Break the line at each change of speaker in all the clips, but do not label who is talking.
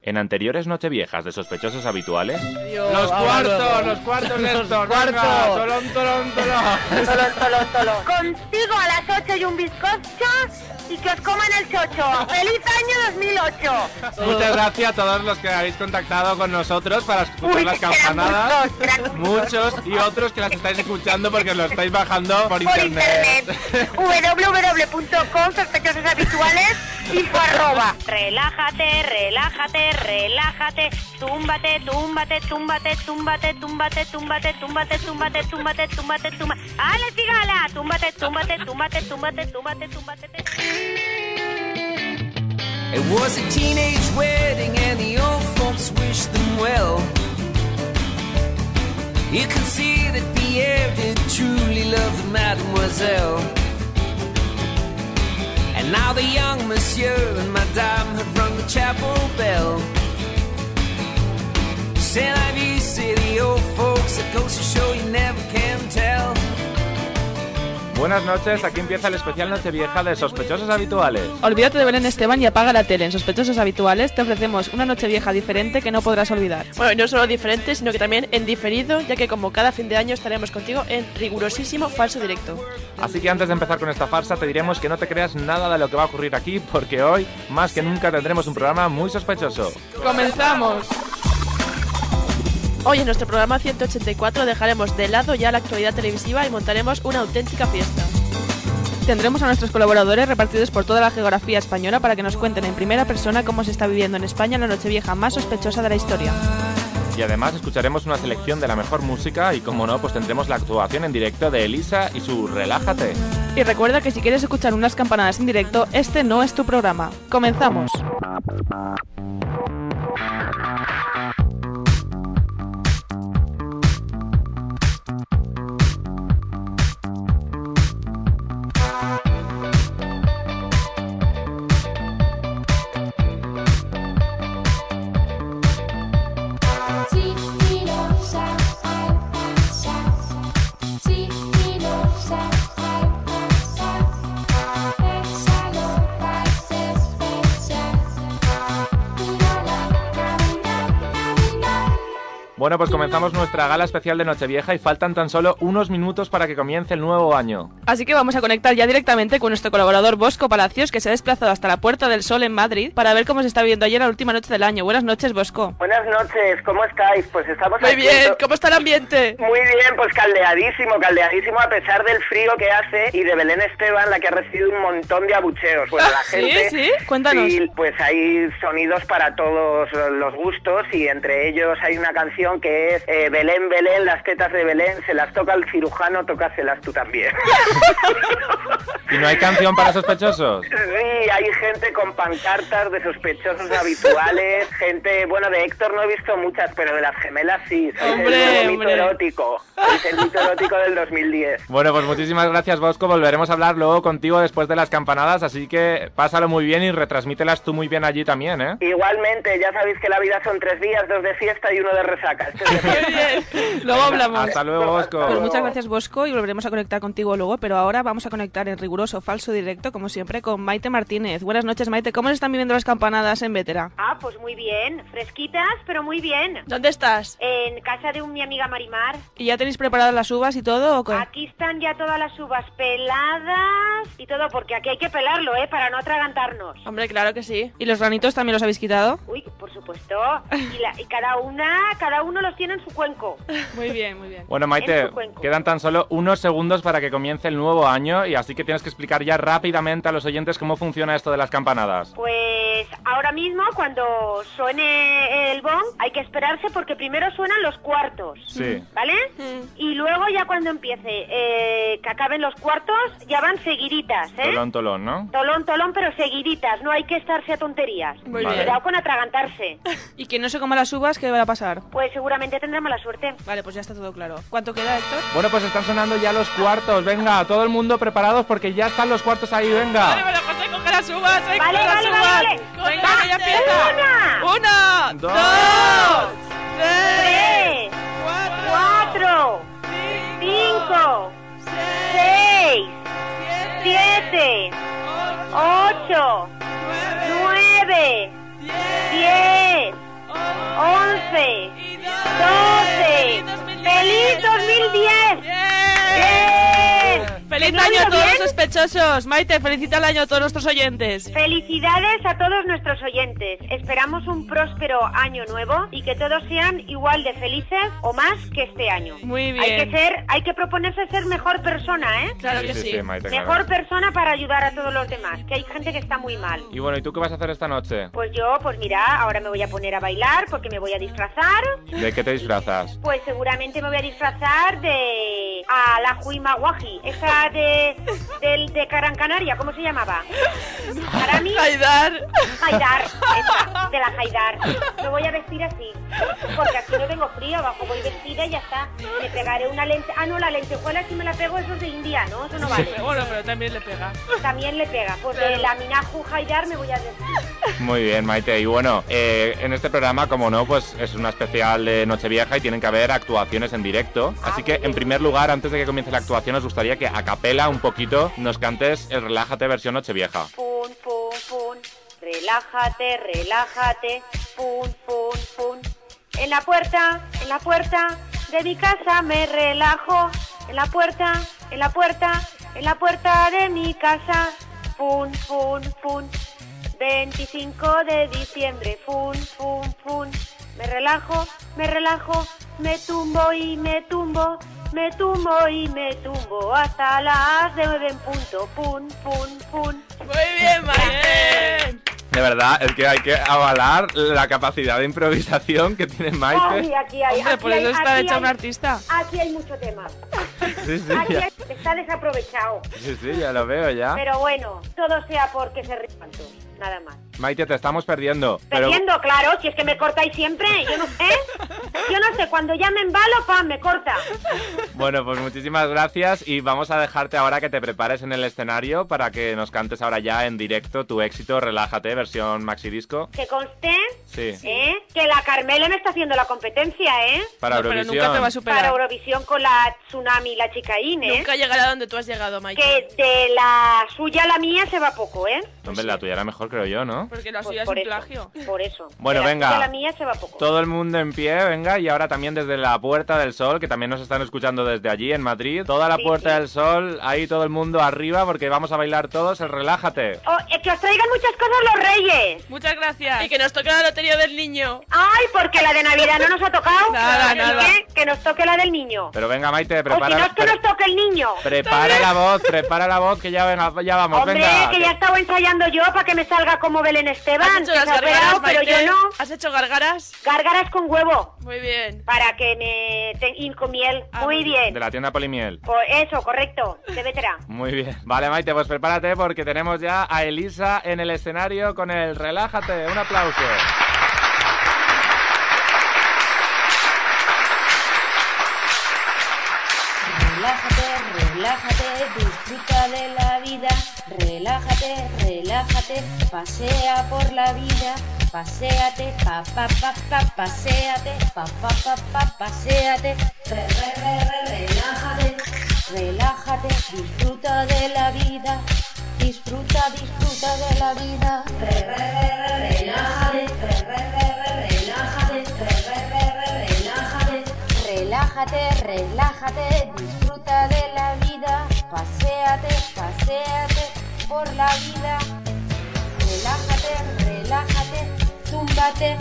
En anteriores nocheviejas de sospechosos habituales,
Los
Ah,
cuartos, los cuartos estos, venga, tolón, tolón, tolón.
Tolón, tolón, tolón.
Contigo a las 8 y un bizcocho y que os coman el chocho. ¡Feliz año 2008!
Muchas gracias a todos los que habéis contactado con nosotros para escuchar
Uy,
las
que eran
campanadas.
muchos, eran
Muchos y otros que las estáis escuchando porque lo estáis bajando por
Por
internet.
internet. www.com, sospechosos habituales, info arroba.
Relájate, relájate, relájate. Túmbate, túmbate, túmbate, túmbate, túmbate, túmbate, túmbate, túmbate, túmbate, túmbate, túmbate.
¡Ah,
¡Ale, cigala! Túmbate, túmbate, túmbate, túmbate, túmbate, túmbate.
It was a teenage wedding and the old folks wished them well. You could see that Pierre did truly love the mademoiselle. And now the young monsieur and madame have rung the chapel bell. Saint Ivy City, old folks, it goes to show you never can tell.
buenas noches, aquí empieza el especial Nochevieja de sospechosos habituales.
Olvídate de Belén Esteban y apaga la tele. En Sospechosos Habituales te ofrecemos una noche vieja diferente que no podrás olvidar.
Bueno, y no solo diferente, sino que también en diferido, ya que como cada fin de año estaremos contigo en rigurosísimo falso directo.
Así que antes de empezar con esta farsa, te diremos que no te creas nada de lo que va a ocurrir aquí, porque hoy, más que nunca, tendremos un programa muy sospechoso.
¡Comenzamos!
Hoy en nuestro programa 184 dejaremos de lado ya la actualidad televisiva y montaremos una auténtica fiesta.
Tendremos a nuestros colaboradores repartidos por toda la geografía española para que nos cuenten en primera persona cómo se está viviendo en España la noche vieja más sospechosa de la historia.
Y además escucharemos una selección de la mejor música y, como no, pues tendremos la actuación en directo de Elisa y su Relájate.
Y recuerda que si quieres escuchar unas campanadas en directo, este no es tu programa. ¡Comenzamos!
Bueno, pues comenzamos nuestra gala especial de Nochevieja y faltan tan solo unos minutos para que comience el nuevo año.
Así que vamos a conectar ya directamente con nuestro colaborador Bosco Palacios, que se ha desplazado hasta la Puerta del Sol en Madrid para ver cómo se está viviendo ayer la última noche del año. Buenas noches, Bosco.
Buenas noches, ¿cómo estáis? Pues estamos
Muy
aquí
bien,
en to-
¿cómo está el ambiente?
Muy bien, pues caldeadísimo, caldeadísimo a pesar del frío que hace y de Belén Esteban, la que ha recibido un montón de abucheos. Bueno, la
Ah, sí,
gente,
sí, cuéntanos.
sí, pues hay sonidos para todos los gustos y entre ellos hay una canción que es eh, Belén, Belén, las tetas de Belén, se las toca el cirujano, tócaselas tú también.
¿Y no hay canción para sospechosos?
Sí, hay gente con pancartas de sospechosos habituales, gente, bueno, de Héctor no he visto muchas, pero de las gemelas sí. Sois
Hombre,
el nuevo mito
hombre.
erótico, sois el mito erótico del 2010.
Bueno, pues muchísimas gracias, Bosco. Volveremos a hablar luego contigo después de las campanadas, así que pásalo muy bien y retransmítelas tú muy bien allí también, ¿eh?
Igualmente, ya sabéis que la vida son tres días, dos de fiesta y uno de resaca. Este es de
Muy
fiesta.
bien.
Luego hablamos.
Hasta luego,
Pues
Bosco.
muchas gracias Bosco y volveremos a conectar contigo luego, pero ahora vamos a conectar en riguroso falso directo, como siempre, con Maite Martínez. Buenas noches Maite, ¿cómo se están viviendo las campanadas en Vétera?
Ah, pues muy bien. Fresquitas, pero muy bien.
¿Dónde estás?
En casa de un, mi amiga Marimar.
¿Y ya tenéis preparadas las uvas y todo o qué?
Aquí están ya todas las uvas peladas y todo, porque aquí hay que pelarlo, ¿eh? Para no atragantarnos.
Hombre, claro que sí.
¿Y los granitos también los habéis quitado?
Uy, por supuesto. Y, la- y cada una, cada uno los tiene en su cuenco.
Muy bien, muy bien.
Bueno,
En
Maite,
su cuenco.
quedan tan solo unos segundos para que comience el nuevo año y así que tienes que explicar ya rápidamente a los oyentes cómo funciona esto de las campanadas.
Pues Pues ahora mismo, cuando suene el bong, hay que esperarse porque primero suenan los cuartos.
Sí.
¿Vale?
Mm.
Y luego ya cuando empiece, eh, que acaben los cuartos, ya van seguiditas, ¿eh?
Tolón, tolón, ¿no?
Tolón, tolón, pero seguiditas. No hay que estarse a tonterías.
Muy Vale. bien.
Cuidado con atragantarse.
Y que no se coma las uvas, ¿qué va a pasar?
Pues seguramente tendrá mala suerte.
Vale, pues ya está todo claro. ¿Cuánto queda, Héctor?
Bueno, pues están sonando ya los cuartos. Venga, todo el mundo preparados porque ya están los cuartos ahí, venga.
Bueno, José, coge las uvas, Héctor,
Vale,
las
vale,
uvas.
vale, vale.
Venga, que ya empieza.
¡Una!
Una,
Dos,
dos, tres,
¡Tres!
cuatro,
¡Cuatro! ¡Cinco! ¡Seis! ¡Siete! ¡Ocho! ¡Nueve! ¡Diez! ¡Once! ¡Doce! ¡Feliz 2010! ¡Bien!
¡Feliz
¿No
año
digo
a todos
bien?
los sospechosos! Maite, felicita el año a todos nuestros oyentes.
Felicidades a todos nuestros oyentes. Esperamos un próspero año nuevo y que todos sean igual de felices o más que este año.
Muy bien.
Hay que ser, hay que proponerse ser mejor persona, ¿eh?
Claro que
sí,
sí.
sí, Maite, claro.
Mejor persona para ayudar a todos los demás, que hay gente que está muy mal.
Y bueno, ¿y tú qué vas a hacer esta noche?
Pues yo, pues mira, ahora me voy a poner a bailar porque me voy a disfrazar.
¿De qué te disfrazas?
Pues seguramente me voy a disfrazar de a la Juimaguaji, esa de del de Gran Canaria, ¿cómo se llamaba? Para mí
Aidar.
Haidar, esa, de la Haidar. Me voy a vestir así, porque aquí no tengo frío, abajo voy vestida y ya está. Me pegaré una lente, ah no, la lentejuela si me la pego eso es de India, ¿no? Eso no vale.
Bueno, pero también le pega.
También le pega. Pues de la Minaju Haidar me voy a vestir.
Muy bien, Maite. Y bueno, eh, en este programa, como no, pues es una especial de Nochevieja y tienen que haber actuaciones en directo. Así que, en primer lugar, antes de que comience la actuación, nos gustaría que a capela un poquito nos cantes el Relájate versión Nochevieja.
Pum, pum, pum. Relájate, relájate. Pum, pum, pum. En la puerta, en la puerta de mi casa me relajo. En la puerta, en la puerta, en la puerta de mi casa. Pum, pum, pum. 25 de diciembre. Pum, pum, pum. Me relajo, me relajo. Me tumbo y me tumbo. Me tumbo y me tumbo hasta las nueve en punto. Pum, pum, pum.
Muy bien, Maite.
De verdad, es que hay que avalar la capacidad de improvisación que tiene
Ay,
Maite.
aquí hay,
Hombre,
aquí
por
hay-
eso está
aquí
hecha
hay-
una artista.
Aquí hay mucho tema.
Sí, sí,
Aquí
ya,
hay- está desaprovechado.
sí, sí, ya lo veo
Ah.
ya.
Pero bueno, todo sea porque se rían todos, nada más.
Maite, te estamos perdiendo. Pero
Perdiendo, claro, si es que me cortáis siempre, yo no sé. Yo no sé, cuando ya me embalo, pam, me corta.
bueno, pues muchísimas gracias y vamos a dejarte ahora que te prepares en el escenario para que nos cantes ahora ya en directo tu éxito Relájate versión maxi disco.
Que conste,
Sí,
¿eh? Que la Carmela me está haciendo la competencia, ¿eh?
para
No, pero
Eurovisión.
nunca te va a
Para
superar.
Eurovisión con la Tsunami y la chica Ine.
Nunca llegará donde tú has llegado, Maite.
Que de la suya a la mía se va poco, ¿eh?
Hombre, la tuya era mejor, creo yo, ¿no?
Porque la
Pues
suya es
por
un
eso,
plagio.
Por eso.
Bueno,
De la
venga.
suya a la mía se va poco.
Todo el mundo en pie, venga, y ahora también desde la Puerta del Sol, que también nos están escuchando desde allí, en Madrid. Toda la
Sí,
Puerta
sí.
del Sol, ahí todo el mundo arriba, porque vamos a bailar todos el Relájate.
Oh, eh, que os traigan muchas cosas los reyes.
Muchas gracias.
Y que nos toque la lotería del niño.
Ay, porque la de Navidad no nos ha tocado.
Nada,
Así
nada.
Que, que nos toque la del niño.
Pero venga, Maite,
o si no
prepara,
es que
pre-
nos toque el niño.
prepara la voz, prepara la voz, que ya, venga, ya vamos,
Hombre,
venga.
que ya estaba ensayando yo para que me salga como Belén
¿Has
Esteban.
hecho
que
las
se ha
gargaras,
operado, pero
Maite?
yo no.
¿Has hecho gargaras?
Gárgaras con huevo
Muy bien. Ah,
para que me te- y con miel. Muy bien.
Ah, De la tienda Polimiel.
Pues eso, correcto. De vetera.
Muy bien. Vale, Maite, pues prepárate porque tenemos ya a Elisa en el escenario con el Relájate. Un aplauso.
Relájate, relájate, disfruta de la vida. Relájate, relájate, pasea por la vida. Paseate, pa pa pa pa, paseate, pa pa pa pa, paseate. Re, re, re, re, relájate, relájate, disfruta de la vida. Disfruta, disfruta de la vida. Re, re, re, re, relájate, re, re, re, re, relájate, re, re, re, re, relájate. Relájate, relájate, disfruta de la vida. Paseate, paseate por la vida. Relájate, relájate, túmbate,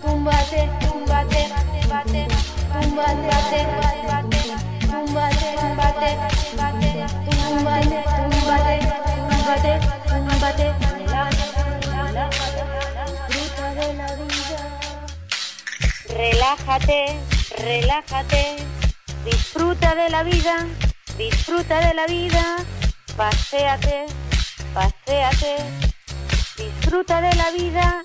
túmbate, túmbate, túmbate, túmbate, túmbate, túmbate, túmbate, túmbate, túmbate, túmbate, túmbate, túmbate, relájate,
relájate,
relájate,
relájate, disfruta de la vida, disfruta de la vida, paséate, paséate, disfruta de la vida,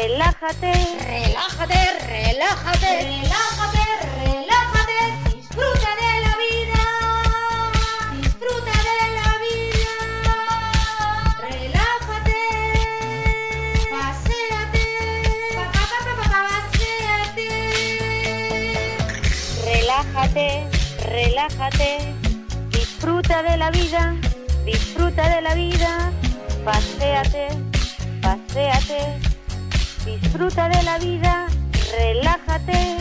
relájate,
Relájate, relájate, relájate, relájate, disfruta de la vida, disfruta de la vida, relájate, paséate, pa, pa, pa, pa, pa, pa, paséate.
relájate, relájate, disfruta de la vida, disfruta de la vida, paséate, paséate, disfruta de la vida, relájate.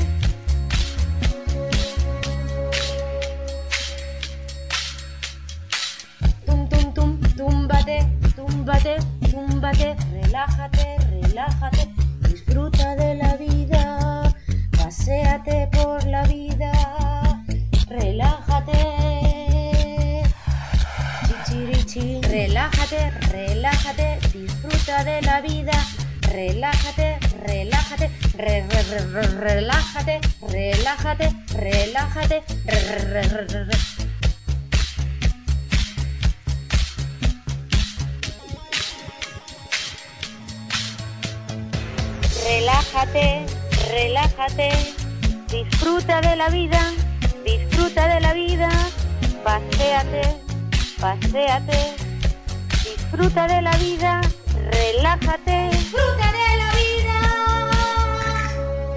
Tum, tum, tum, túmbate, túmbate, túmbate, relájate, relájate, disfruta de la vida, paséate por la vida, relájate. Chichirichi, relájate, relájate, disfruta de la vida, relájate, relájate, re- re- re- re- relájate, relájate, relájate, re- re- re- re- re-
Relájate, relájate, disfruta de la vida, disfruta de la vida, paséate, paséate, disfruta de la vida, relájate.
disfruta de la vida.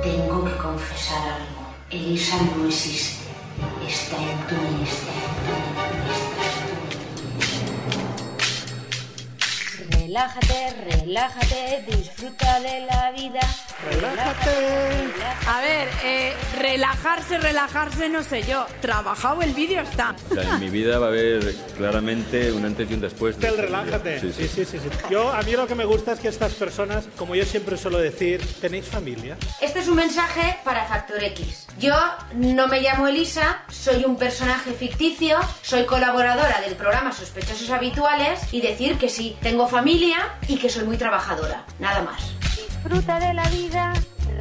Tengo que confesar algo. Elisa no existe. Está en tu ministerio.
Relájate, relájate, disfruta de la vida. Relájate.
A ver, eh, relajarse, relajarse, no sé yo. Trabajado el vídeo está.
O sea, en mi vida va a haber claramente un antes y un después. de
Del
este vídeo.
relájate.
Sí, sí.
sí, sí. Yo, a mí lo que me gusta es que estas personas, como yo siempre suelo decir, ¿tenéis familia?
Este es un mensaje para Factor X. Yo no me llamo Elisa, soy un personaje ficticio, soy colaboradora del programa Sospechosos Habituales y decir que sí, tengo familia y que soy muy trabajadora. Nada más.
Disfruta de la vida,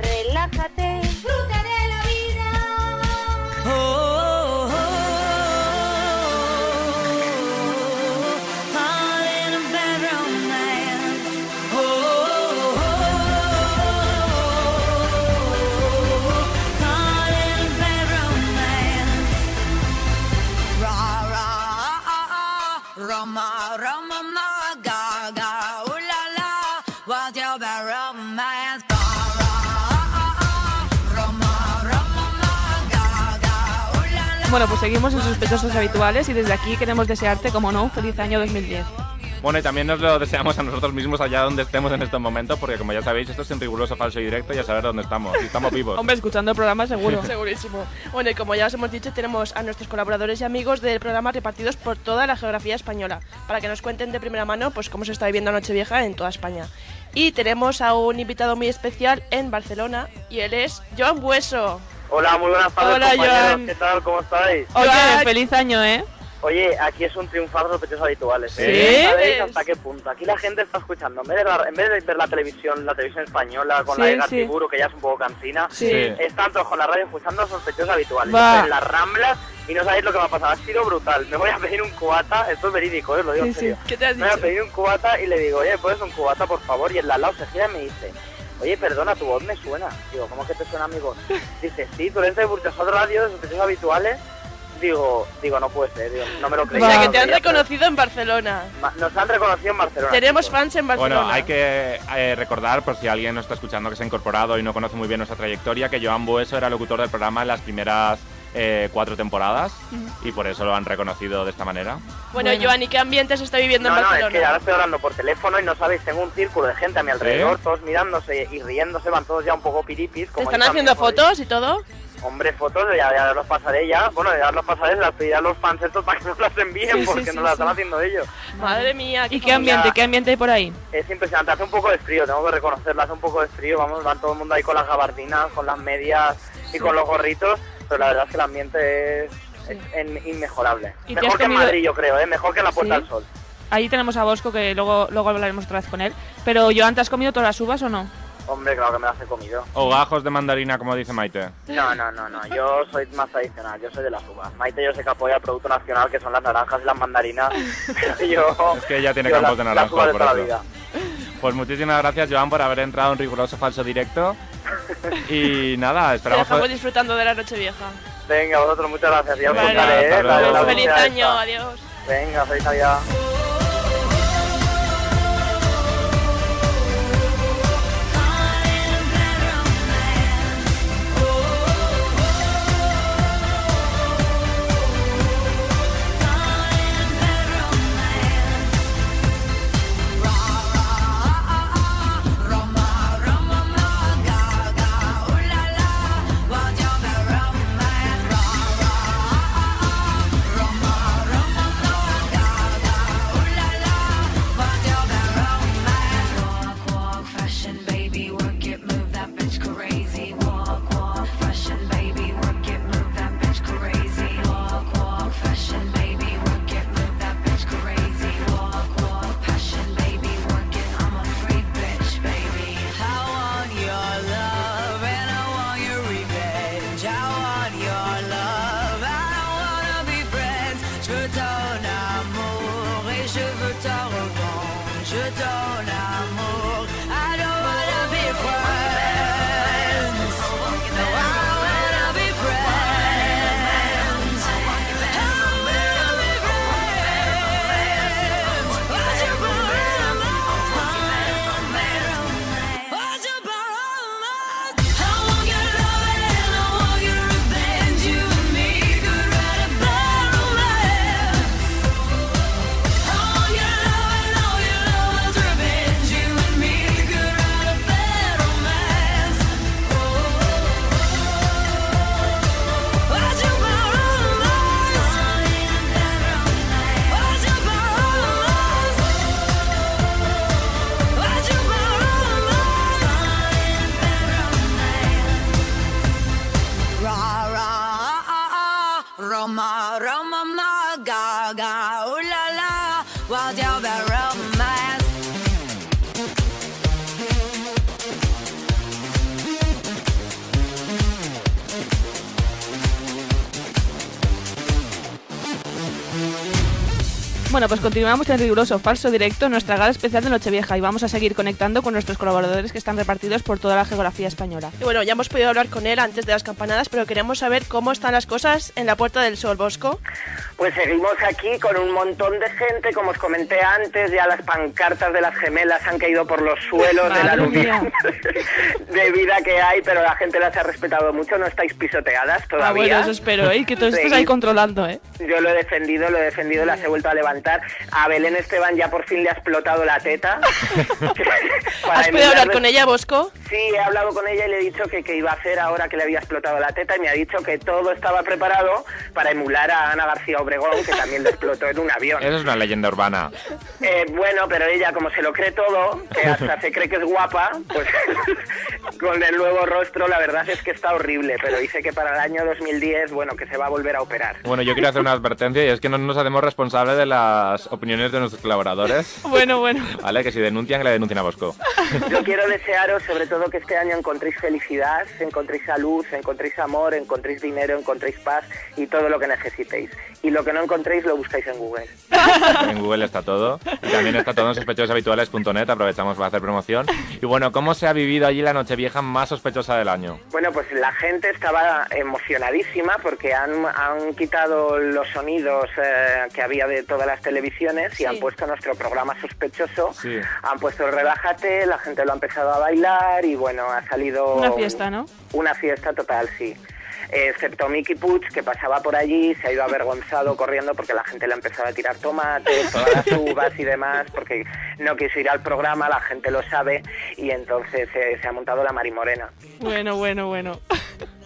relájate. Disfruta de la vida.
Roma, Roma, ma, ga, ga, ooh la la, what's your bad romance? Ga, ra, ah, ah, ah, Roma, Roma, ma, ga, ga, ooh la la.
Bueno, pues seguimos en sospechosos habituales y desde aquí queremos desearte, como no, un feliz año 2010.
Bueno, y también nos lo deseamos a nosotros mismos allá donde estemos en estos momentos, porque como ya sabéis, esto es en riguroso, falso y directo, ya saber dónde estamos, si estamos vivos.
Hombre, escuchando el programa seguro.
Segurísimo. Bueno, y como ya os hemos dicho, tenemos a nuestros colaboradores y amigos del programa repartidos por toda la geografía española, para que nos cuenten de primera mano pues cómo se está viviendo Nochevieja en toda España. Y tenemos a un invitado muy especial en Barcelona, y él es Joan Hueso.
Hola, muy buenas tardes,
Hola,
compañeros.
Joan.
¿Qué tal? ¿Cómo estáis?
Oye, feliz año, ¿eh?
Oye, aquí es un triunfar de los pechos habituales.
Sí.
¿eh? No ¿Sabéis hasta qué punto? Aquí la gente está escuchando. En vez de, la- en vez de ver la televisión, la televisión española con la
Sí,
de
sí.
Gartiburu, que ya es un poco cansina,
Sí.
están todos con la radio escuchando sospechosos habituales.
Va.
En las ramblas y no sabéis lo que me ha pasado. Ha sido brutal. Me voy a pedir un cubata, esto es verídico, ¿eh? lo digo
Sí,
en
sí.
serio.
¿Qué te has
Me voy a
dicho?
pedir un cubata y le digo, oye, ¿puedes un cubata, por favor? Y el de al lado se gira y me dice, oye, perdona, tu voz me suena. Digo, ¿cómo que te suena mi voz? Dice, sí, tú eres de Burchasot Radio, de sospechosos habituales. Digo, digo, no puede ser, digo, no me lo
O
creía.
sea,
no
que
lo
te han
creía, pero-
reconocido en Barcelona.
Ma- Nos han reconocido en Barcelona.
Tenemos fans en Barcelona.
Bueno, hay que eh, recordar, por si alguien nos está escuchando que se ha incorporado y no conoce muy bien nuestra trayectoria, que Joan Bueso era locutor del programa en las primeras eh, cuatro temporadas y por eso lo han reconocido de esta manera.
Bueno, Joan, ¿y qué ambiente se está viviendo
No,
en
no,
Barcelona?
es que ahora estoy hablando por teléfono y no sabéis, tengo un círculo de gente a mi alrededor, todos mirándose y riéndose, van todos ya un poco piripis.
¿Te
Como
están
yo
haciendo
también,
fotos y todo?
porque- Hombre, fotos, ya, ya los pasaré ya. Bueno, ya los pasaré, las pediré a los fans estos para que nos las envíen
Sí, sí,
porque
sí,
nos las
sí.
están haciendo ellos.
Madre mía.
¿Y qué ambiente, qué ambiente hay por ahí?
Es impresionante, hace un poco de frío, tengo que reconocerlo, hace un poco de frío, vamos, va todo el mundo ahí con las gabardinas, con las medias y con los gorritos, pero la verdad es que el ambiente es, es en- inmejorable.
¿Y te has
Mejor que en
comido-
Madrid, yo creo, ¿eh? mejor que en la Puerta
¿Sí?
del Sol.
Ahí tenemos a Bosco, que luego, luego hablaremos otra vez con él. Pero, Joan, ¿te has comido todas las uvas o no?
Hombre, claro que me las he comido.
O gajos de mandarina, como dice Maite.
No, no, no, no. Yo soy más tradicional, yo soy de las uvas. Maite, yo sé que apoya el producto nacional, que son las naranjas y las mandarinas. pero yo.
Es que ella tiene
yo
campos de
las-
naranja,
las uvas de
por
toda la
eso.
vida.
Pues muchísimas gracias, Joan, por haber entrado en riguroso falso directo. Y nada,
Te
esperamos.
dejamos disfrutando de la noche vieja.
Venga, vosotros muchas gracias. Ya os
Venga,
contaré,
hasta
¿eh? La-
luego.
la
Feliz
lucha
año,
esta.
adiós.
Venga, feliz Navidad.
Fashion baby, work it, move that bitch crazy. Walk, walk, fashion baby, work it, move that bitch crazy. Walk, walk, fashion baby, work it, move that bitch crazy. Walk, walk, passion baby, work it. I'm a free bitch, baby. I want your love and I want your revenge. I want your love. I don't wanna be friends. Je veux ton amour et je veux ta revanche. Je veux ton amour. I don't wanna be friends. No, I don't wanna be friends. I don't wanna be friends. Why'd you burn my- Why'd you burn my- I want your love and I want your revenge. You and me could write a bad romance. Ra ra ah, ah, ah, Roma Roma ma, ga ga ooh la la while you're the romance
Bueno, pues continuamos en riguroso falso directo nuestra gala especial de Nochevieja y vamos a seguir conectando con nuestros colaboradores que están repartidos por toda la geografía española.
Y bueno, ya hemos podido hablar con él antes de las campanadas, pero queremos saber cómo están las cosas en la Puerta del Sol, Bosco.
Pues seguimos aquí con un montón de gente, como os comenté antes, ya las pancartas de las gemelas han caído por los suelos de la
Madre mía.
aluvión de vida que hay, pero la gente las ha respetado mucho, no estáis pisoteadas todavía.
Ah, bueno, eso espero, ¿eh? Que todo esto
Seguid
ahí controlando, ¿eh?
Yo lo he defendido, lo he defendido, las he vuelto a levantar. A Belén Esteban ya por fin le ha explotado la teta. Para
¿Has podido hablar
enmendarle-
con ella, Bosco?
Sí, he hablado con ella y le he dicho que qué iba a hacer ahora que le había explotado la teta y me ha dicho que todo estaba preparado para emular a Ana García Obregón, que también le explotó en un avión.
Eso es una leyenda urbana.
Eh, bueno, pero ella como se lo cree todo, que hasta se cree que es guapa, pues con el nuevo rostro la verdad es que está horrible, pero dice que para el año 2010, bueno, que se va a volver a operar.
Bueno, yo quiero hacer una advertencia y es que no nos hacemos responsables de las opiniones de nuestros colaboradores.
Bueno, bueno.
Vale, que si denuncian, que le denuncien a Bosco.
Yo quiero desearos sobre todo que este año encontréis felicidad, encontréis salud, encontréis amor, encontréis dinero, encontréis paz y todo lo que necesitéis. Y lo que no encontréis lo buscáis en Google.
En Google está todo. Y también está todo en sospechoshabituales.net. Aprovechamos para hacer promoción. Y bueno, ¿cómo se ha vivido allí la Nochevieja más sospechosa del año?
Bueno, pues la gente estaba emocionadísima porque han, han quitado los sonidos eh, que había de todas las televisiones y han puesto nuestro programa sospechoso.
Sí.
Han puesto Relájate, la gente lo ha empezado a bailar y bueno, ha salido...
Una fiesta, ¿no?
Una fiesta total, sí. Excepto Mickey Puig, que pasaba por allí, se ha ido avergonzado corriendo porque la gente le ha empezado a tirar tomates, todas las uvas y demás, porque no quiso ir al programa, la gente lo sabe, y entonces eh, se ha montado la Mari Morena.
Bueno, bueno, bueno.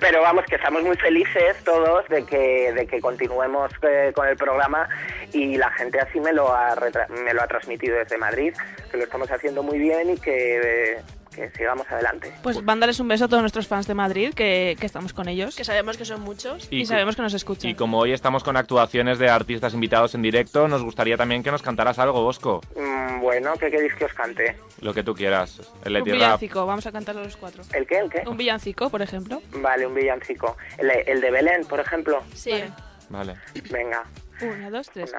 Pero vamos, que estamos muy felices todos de que, de que continuemos eh, con el programa y la gente así me lo, ha, retra- me lo ha transmitido desde Madrid, que lo estamos haciendo muy bien y que, eh, que sigamos adelante.
Pues mándales un beso a todos nuestros fans de Madrid, que, que estamos con ellos.
Que sabemos que son muchos.
Y, sabemos que nos escuchan.
Y como hoy estamos con actuaciones de artistas invitados en directo, nos gustaría también que nos cantaras algo, Bosco.
Mm, bueno, ¿qué queréis que os cante?
Lo que tú quieras. El
un
Leti Rap.
villancico, vamos a cantarlo los cuatro.
¿El qué? ¿El qué?
Un villancico, por ejemplo.
Vale, un villancico. ¿El, el de Belén, por ejemplo?
Sí.
Vale.
Venga.
Una, dos, tres.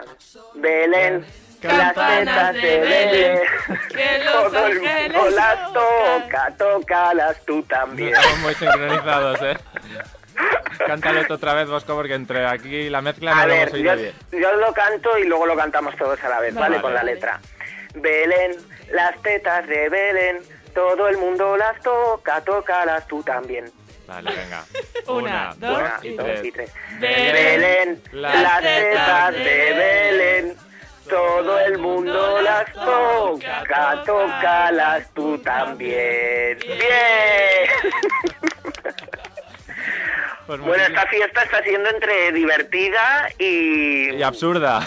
Belén.
Campanas
las tetas
de
de
Belén,
Belén,
que los
todo el
ángeles
mundo las toca, tócalas tú
No
también.
estamos muy sincronizados, ¿eh? Cántalo tú otra vez, Bosco, porque entre aquí la mezcla
A
no lo
ver,
hemos oído
yo,
bien.
yo lo canto y luego lo cantamos todos a la vez,
Vale.
¿vale? Con la
Vale.
letra. Belén, las tetas de Belén, todo el mundo las toca, tócalas tú también.
Vale, venga.
Una, dos,
y
y
tres.
tres.
Belén,
Belén,
las
las
tetas
tetas de Belén, todo el mundo las toca, tócalas tú también. ¡Bien!
Pues
Bueno, esta fiesta está siendo entre divertida y...
Y absurda.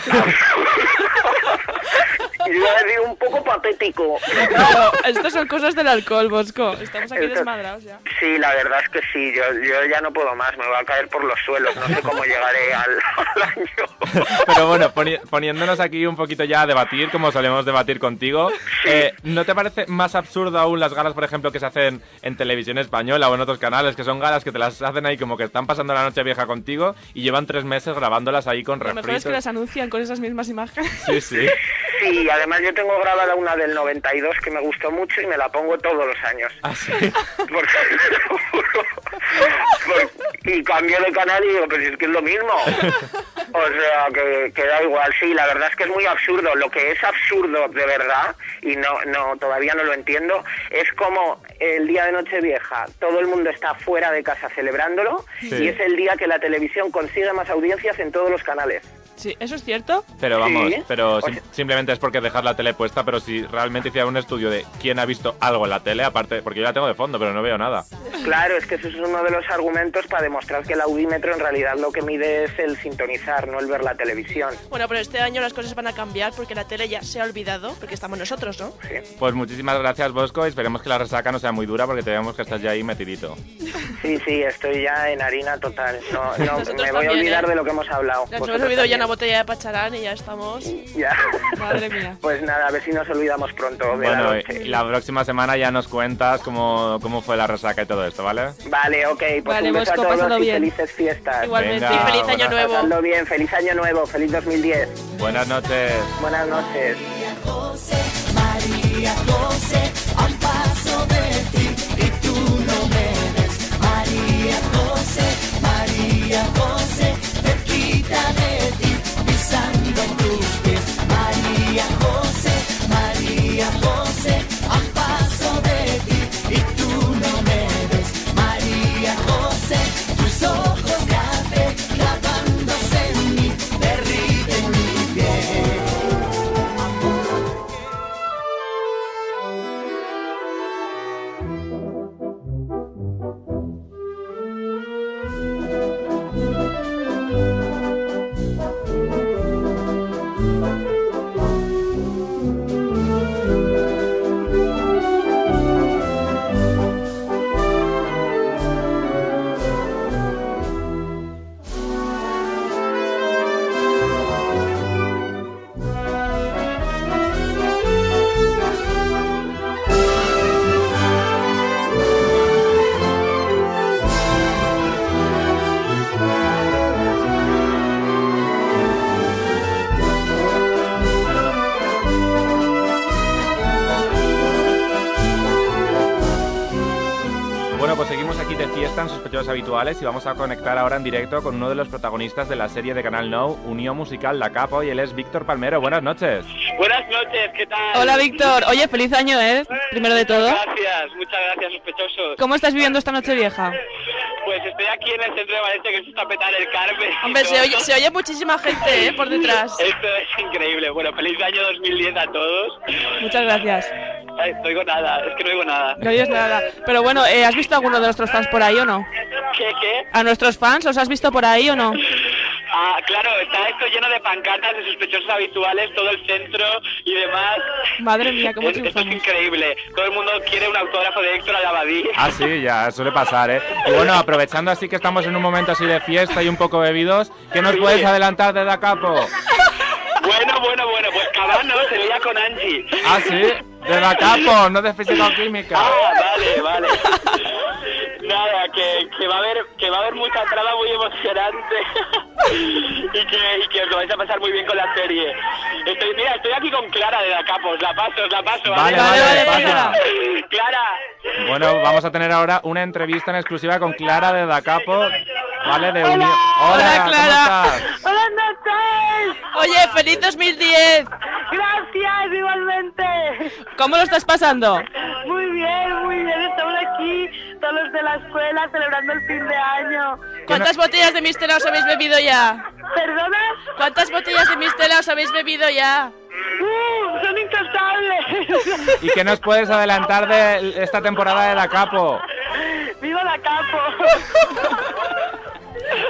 y iba a decir un poco patético.
No, estas son cosas del alcohol, Bosco. Estamos aquí
Esto-
desmadrados ya.
Sí, la verdad es que sí, yo, yo ya no puedo más, me voy a caer por los suelos, no sé cómo llegaré al...
Pero bueno, poni- poniéndonos aquí un poquito ya a debatir, como solemos debatir contigo, eh, ¿no te parece más absurdo aún las galas, por ejemplo, que se hacen en televisión española o en otros canales, que son galas que te las hacen ahí como que están pasando la noche vieja contigo y llevan tres meses grabándolas ahí con
Lo mejor es
refritos?
que las anuncian con esas mismas imágenes.
Sí, sí.
Sí, además yo tengo grabada una del 92 que me gustó mucho y me la pongo todos los años. Porque, Por- y cambio de canal y digo, pero si es que es lo mismo. O sea, que, que da igual, sí, la verdad es que es muy absurdo. Lo que es absurdo de verdad, y no, no todavía no lo entiendo, es como el día de Nochevieja, todo el mundo está fuera de casa celebrándolo
Sí.
y es el día que la televisión consigue más audiencias en todos los canales.
Sí, ¿eso es cierto?
Pero vamos,
Sí.
pero
Pues
sim- simplemente es porque dejar la tele puesta, pero si realmente hiciera un estudio de quién ha visto algo en la tele, aparte, porque yo la tengo de fondo, pero no veo nada.
Claro, es que eso es uno de los argumentos para demostrar que el audímetro en realidad lo que mide es el sintonizar, no el ver la televisión.
Bueno, pero este año las cosas van a cambiar porque la tele ya se ha olvidado, porque estamos nosotros, ¿no?
Pues muchísimas gracias, Bosco, y esperemos que la resaca no sea muy dura porque te vemos que estás ya ahí metidito.
Sí, sí, estoy ya en harina total. No, no,
Nosotros
me voy a
también,
olvidar
¿eh?
de lo que hemos hablado.
Ya Nos
Vosotros
hemos bebido ya
también.
una botella de pacharán y ya estamos.
Ya.
Madre mía.
Pues nada, a ver si nos olvidamos pronto de la
Bueno,
noche.
y la próxima semana ya nos cuentas cómo, cómo fue la resaca y todo esto, ¿vale?
Vale, ok, pues
Vale,
un beso
Bosco,
a
pásalo
todos y
bien.
felices fiestas.
Igualmente. Venga, Y feliz año buenas- nuevo.
Pasadlo bien, feliz año nuevo, feliz 2010.
Buenas noches.
Buenas noches.
José, María José, al paso de ti y tú no me ves. María José, María José, cerquita de ti, pisando tus pies. María José, María José, al paso de ti y tú no me ves. María José, tus ojos café, clavándose en mí, derriten mi piel.
Bueno, pues seguimos aquí de fiesta en Sospechosos Habituales y vamos a conectar ahora en directo con uno de los protagonistas de la serie de Canal Now, Unión Musical La Capo, y él es Víctor Palmero. Buenas noches.
Buenas noches, ¿qué tal?
Hola, Víctor. Oye, feliz año, ¿eh? Primero de todo.
Gracias, muchas gracias, sospechosos.
¿Cómo estás viviendo esta noche vieja?
Pues estoy aquí en el centro de Valencia que se está petando el Carmen.
Hombre, se oye, se oye muchísima gente, ¿eh? Por detrás.
Esto es increíble. Bueno, feliz año 2010 a todos.
Muchas gracias.
Ay, no oigo nada, es que no oigo nada.
No oyes nada. Pero bueno, eh, ¿has visto a alguno de nuestros fans por ahí o no?
¿Qué, qué?
¿A nuestros fans los has visto por ahí o no?
Ah, claro, está esto lleno de pancartas de sospechosos habituales, todo el centro y demás.
Madre mía, cómo
Es- Esto es increíble. Todo el mundo quiere un autógrafo de Héctor Alabadí.
Ah, sí, ya suele pasar, ¿eh? Y bueno, aprovechando así que estamos en un momento así de fiesta y un poco bebidos, ¿qué nos puedes adelantar de Da Capo?
Bueno, bueno, bueno, pues Cabán no se lía con Angie.
Ah, sí, de Da Capo, no de física o química.
Ah, vale, vale. Nada, que, que va a haber que va a haber mucha trama muy emocionante y que y que os lo vais a pasar muy bien con la serie. Estoy mira, estoy aquí con Clara de la Capos, la paso, os la paso.
Vale, vale, vale, pasa.
Clara. Clara,
Bueno, vamos a tener ahora una entrevista en exclusiva con Clara de Da Capo, ¿vale? De Unión.
Hola,
¿cómo
Clara.
estás?
¡Hola, Natal!
Oye, feliz 2010.
Gracias, igualmente.
¿Cómo lo estás pasando?
Muy bien, muy bien. Estamos aquí, todos los de la escuela, celebrando el fin de año.
¿Cuántas botellas de Mistela os habéis bebido ya?
¿Perdona?
¿Cuántas botellas de Mistela os habéis bebido ya?
¡Uh! ¡Son incansables!
¿Y qué nos puedes adelantar de esta temporada de Da Capo?
¡Viva la capo!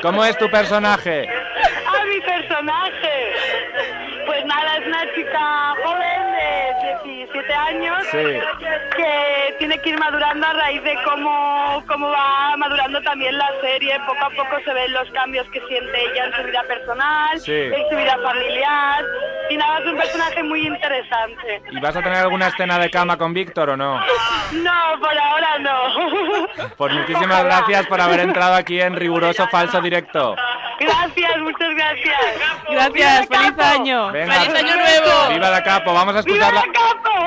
¿Cómo es tu personaje?
¡A Ah, mi personaje! Pues nada, es una chica joven de 17 años
Sí.
que tiene que ir madurando a raíz de cómo, cómo va madurando también la serie. Poco a poco se ven los cambios que siente ella en su vida personal,
Sí.
en su vida familiar. Y nada, es un personaje muy interesante.
¿Y vas a tener alguna escena de cama con Víctor o no?
No, por ahora no.
Pues muchísimas gracias por haber entrado aquí en riguroso falso directo.
Gracias, muchas gracias.
Gracias, feliz año.
Venga.
Feliz año nuevo.
Viva la capo, vamos a escuchar la,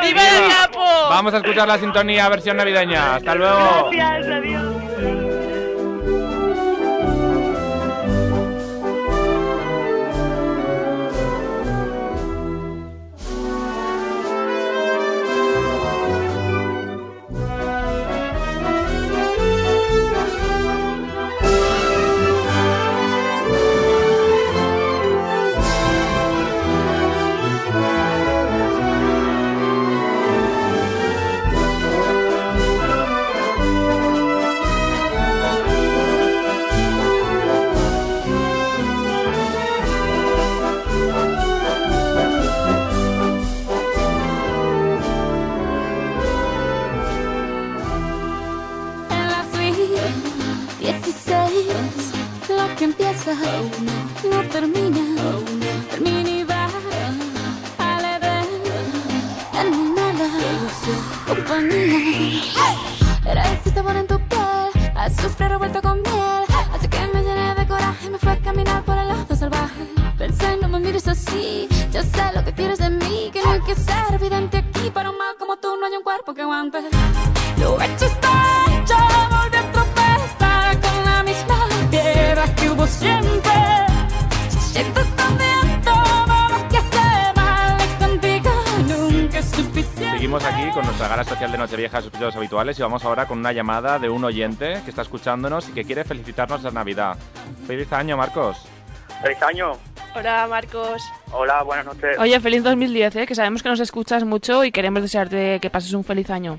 ¡Viva el capo!
vamos a escuchar la sintonía versión navideña. Hasta luego.
Gracias, adiós.
En la fría 16, lo que empieza no termina. Termina y va al Edén en mi mala compañía. Era ese sabor en tu piel, azufre revuelto con miel. Así que me llené de coraje y me fue a caminar por el lado salvaje. Pensé, no me mires así, yo sé lo que quieres de mí. Que no hay que ser evidente aquí, para un mal como tú no hay un cuerpo que aguante. Lo hecho está hecho, volví a tropezar con la misma
er
piedra que hubo siempre. Siento tan de todo lo que se vale contigo, nunca es suficiente.
Seguimos aquí con nuestra gala especial de Nochevieja de sus episodios habituales y vamos ahora con una llamada de un oyente que está escuchándonos y que quiere felicitarnos la Navidad. Feliz año, Marcos.
Feliz año.
Hola, Marcos.
Hola, buenas noches.
Oye, feliz 2010, ¿eh? que sabemos que nos escuchas mucho y queremos desearte que pases un feliz año.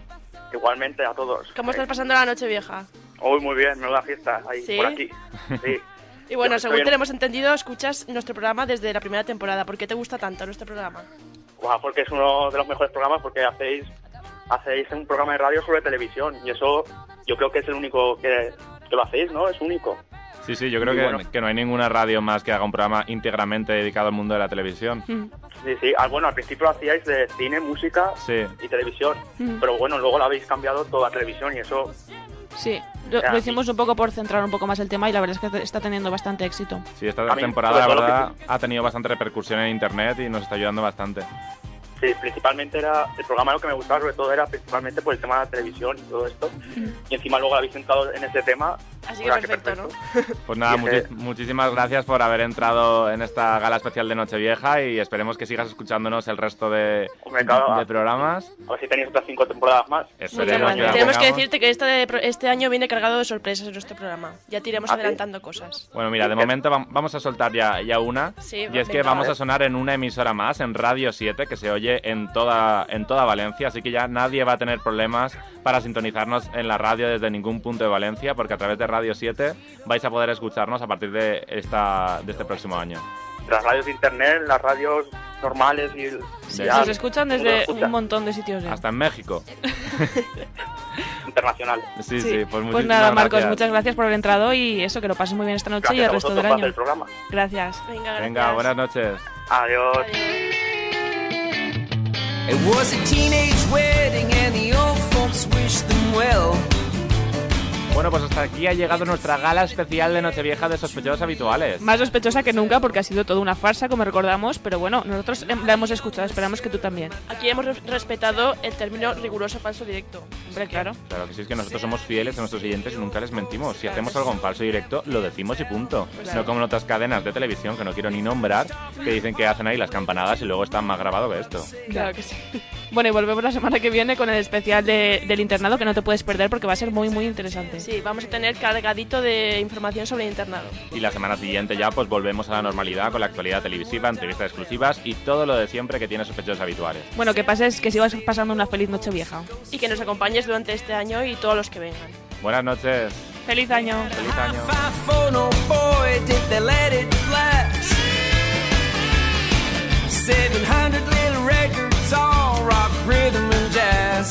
Igualmente a todos. Eh,
¿Cómo estás pasando la noche vieja?
Hoy muy bien, menuda fiesta ahí,
¿Sí?
por aquí. Sí.
Y bueno,
Yo estoy
según
en-
tenemos entendido, escuchas nuestro programa desde la primera temporada. ¿Por qué te gusta tanto nuestro programa?
Guau, porque es uno de los mejores programas porque hacéis hacéis un programa de radio sobre televisión y eso yo creo que es el único que, que lo hacéis, ¿no? Es único.
Sí, sí, yo creo
Muy
que,
bueno.
que no hay ninguna radio más que haga un programa íntegramente dedicado al mundo de la televisión.
Sí, sí. Ah, bueno, al principio lo hacíais de cine, música
Sí.
y televisión,
Mm.
pero bueno, luego lo habéis cambiado toda a televisión y eso
Sí, lo,
Ya.
lo hicimos un poco por centrar un poco más el tema y la verdad es que está teniendo bastante éxito.
Sí, esta
mí,
temporada, la
sobre todo lo
verdad, ha tenido bastante repercusión en internet y nos está ayudando bastante.
Sí, principalmente era el programa lo que me gustaba sobre todo era principalmente por el tema de la televisión y todo esto. Y encima luego lo habéis entrado en ese tema.
Así
que perfecto,
Pues nada,
Y
muchi-
es
muchísimas gracias por haber entrado en esta gala especial de Nochevieja y esperemos que sigas escuchándonos el resto de,
claro. ah,
de programas.
A ver si tenéis otras cinco temporadas más.
Esperemos que la
Tenemos que
tengamos.
decirte que este, pro- este año viene cargado de sorpresas en nuestro programa. Ya te iremos
¿Ah, sí?
adelantando cosas.
Bueno, mira, de momento vam- vamos a soltar ya, ya una.
Sí,
y es que
venga.
vamos a sonar en una emisora más, en Radio 7, que se oye en toda, en toda Valencia, así que ya nadie va a tener problemas para sintonizarnos en la radio desde ningún punto de Valencia, porque a través de Radio 7, vais a poder escucharnos a partir de, esta, de este próximo año.
Las radios de internet, las radios normales y... el-
Sí,
Ya.
nos escuchan desde un montón de sitios. ya.
Hasta en México.
Internacional.
Sí, sí, pues muchísimas
Pues nada, Marcos,
gracias.
muchas gracias por haber entrado y eso, que lo pases muy bien esta noche
Gracias
y el
a
resto
vosotros
del
por
año.
hacer el programa.
Gracias.
Venga, buenas noches.
Adiós.
It was a teenage wedding and the old folks wished them well.
Bueno, pues hasta aquí ha llegado nuestra gala especial de Nochevieja de sospechosos habituales.
Más sospechosa que nunca porque ha sido toda una farsa, como recordamos, pero bueno, nosotros em- la hemos escuchado, esperamos que tú también.
Aquí hemos res- respetado el término riguroso falso directo.
Hombre, claro.
Claro que sí, es que nosotros somos fieles a nuestros oyentes y nunca les mentimos. Si hacemos algo en falso y directo, lo decimos y punto.
Claro.
No como en otras cadenas de televisión que no quiero ni nombrar, que dicen que hacen ahí las campanadas y luego están más grabado que esto.
Claro que sí. Bueno, y volvemos la semana que viene con el especial de- del internado que no te puedes perder porque va a ser muy, muy interesante.
Sí, vamos a tener cargadito de información sobre el internado.
Y la semana siguiente ya pues volvemos a la normalidad con la actualidad televisiva, entrevistas exclusivas y todo lo de siempre que tiene sospechosos habituales.
Bueno, que pases, que sigas pasando una feliz noche vieja.
Y que nos acompañes durante este año y todos los que vengan.
Buenas noches.
Feliz año.
Feliz año.
My phone, oh boy, did they let it blast. 700 little records, all rock, rhythm, and jazz.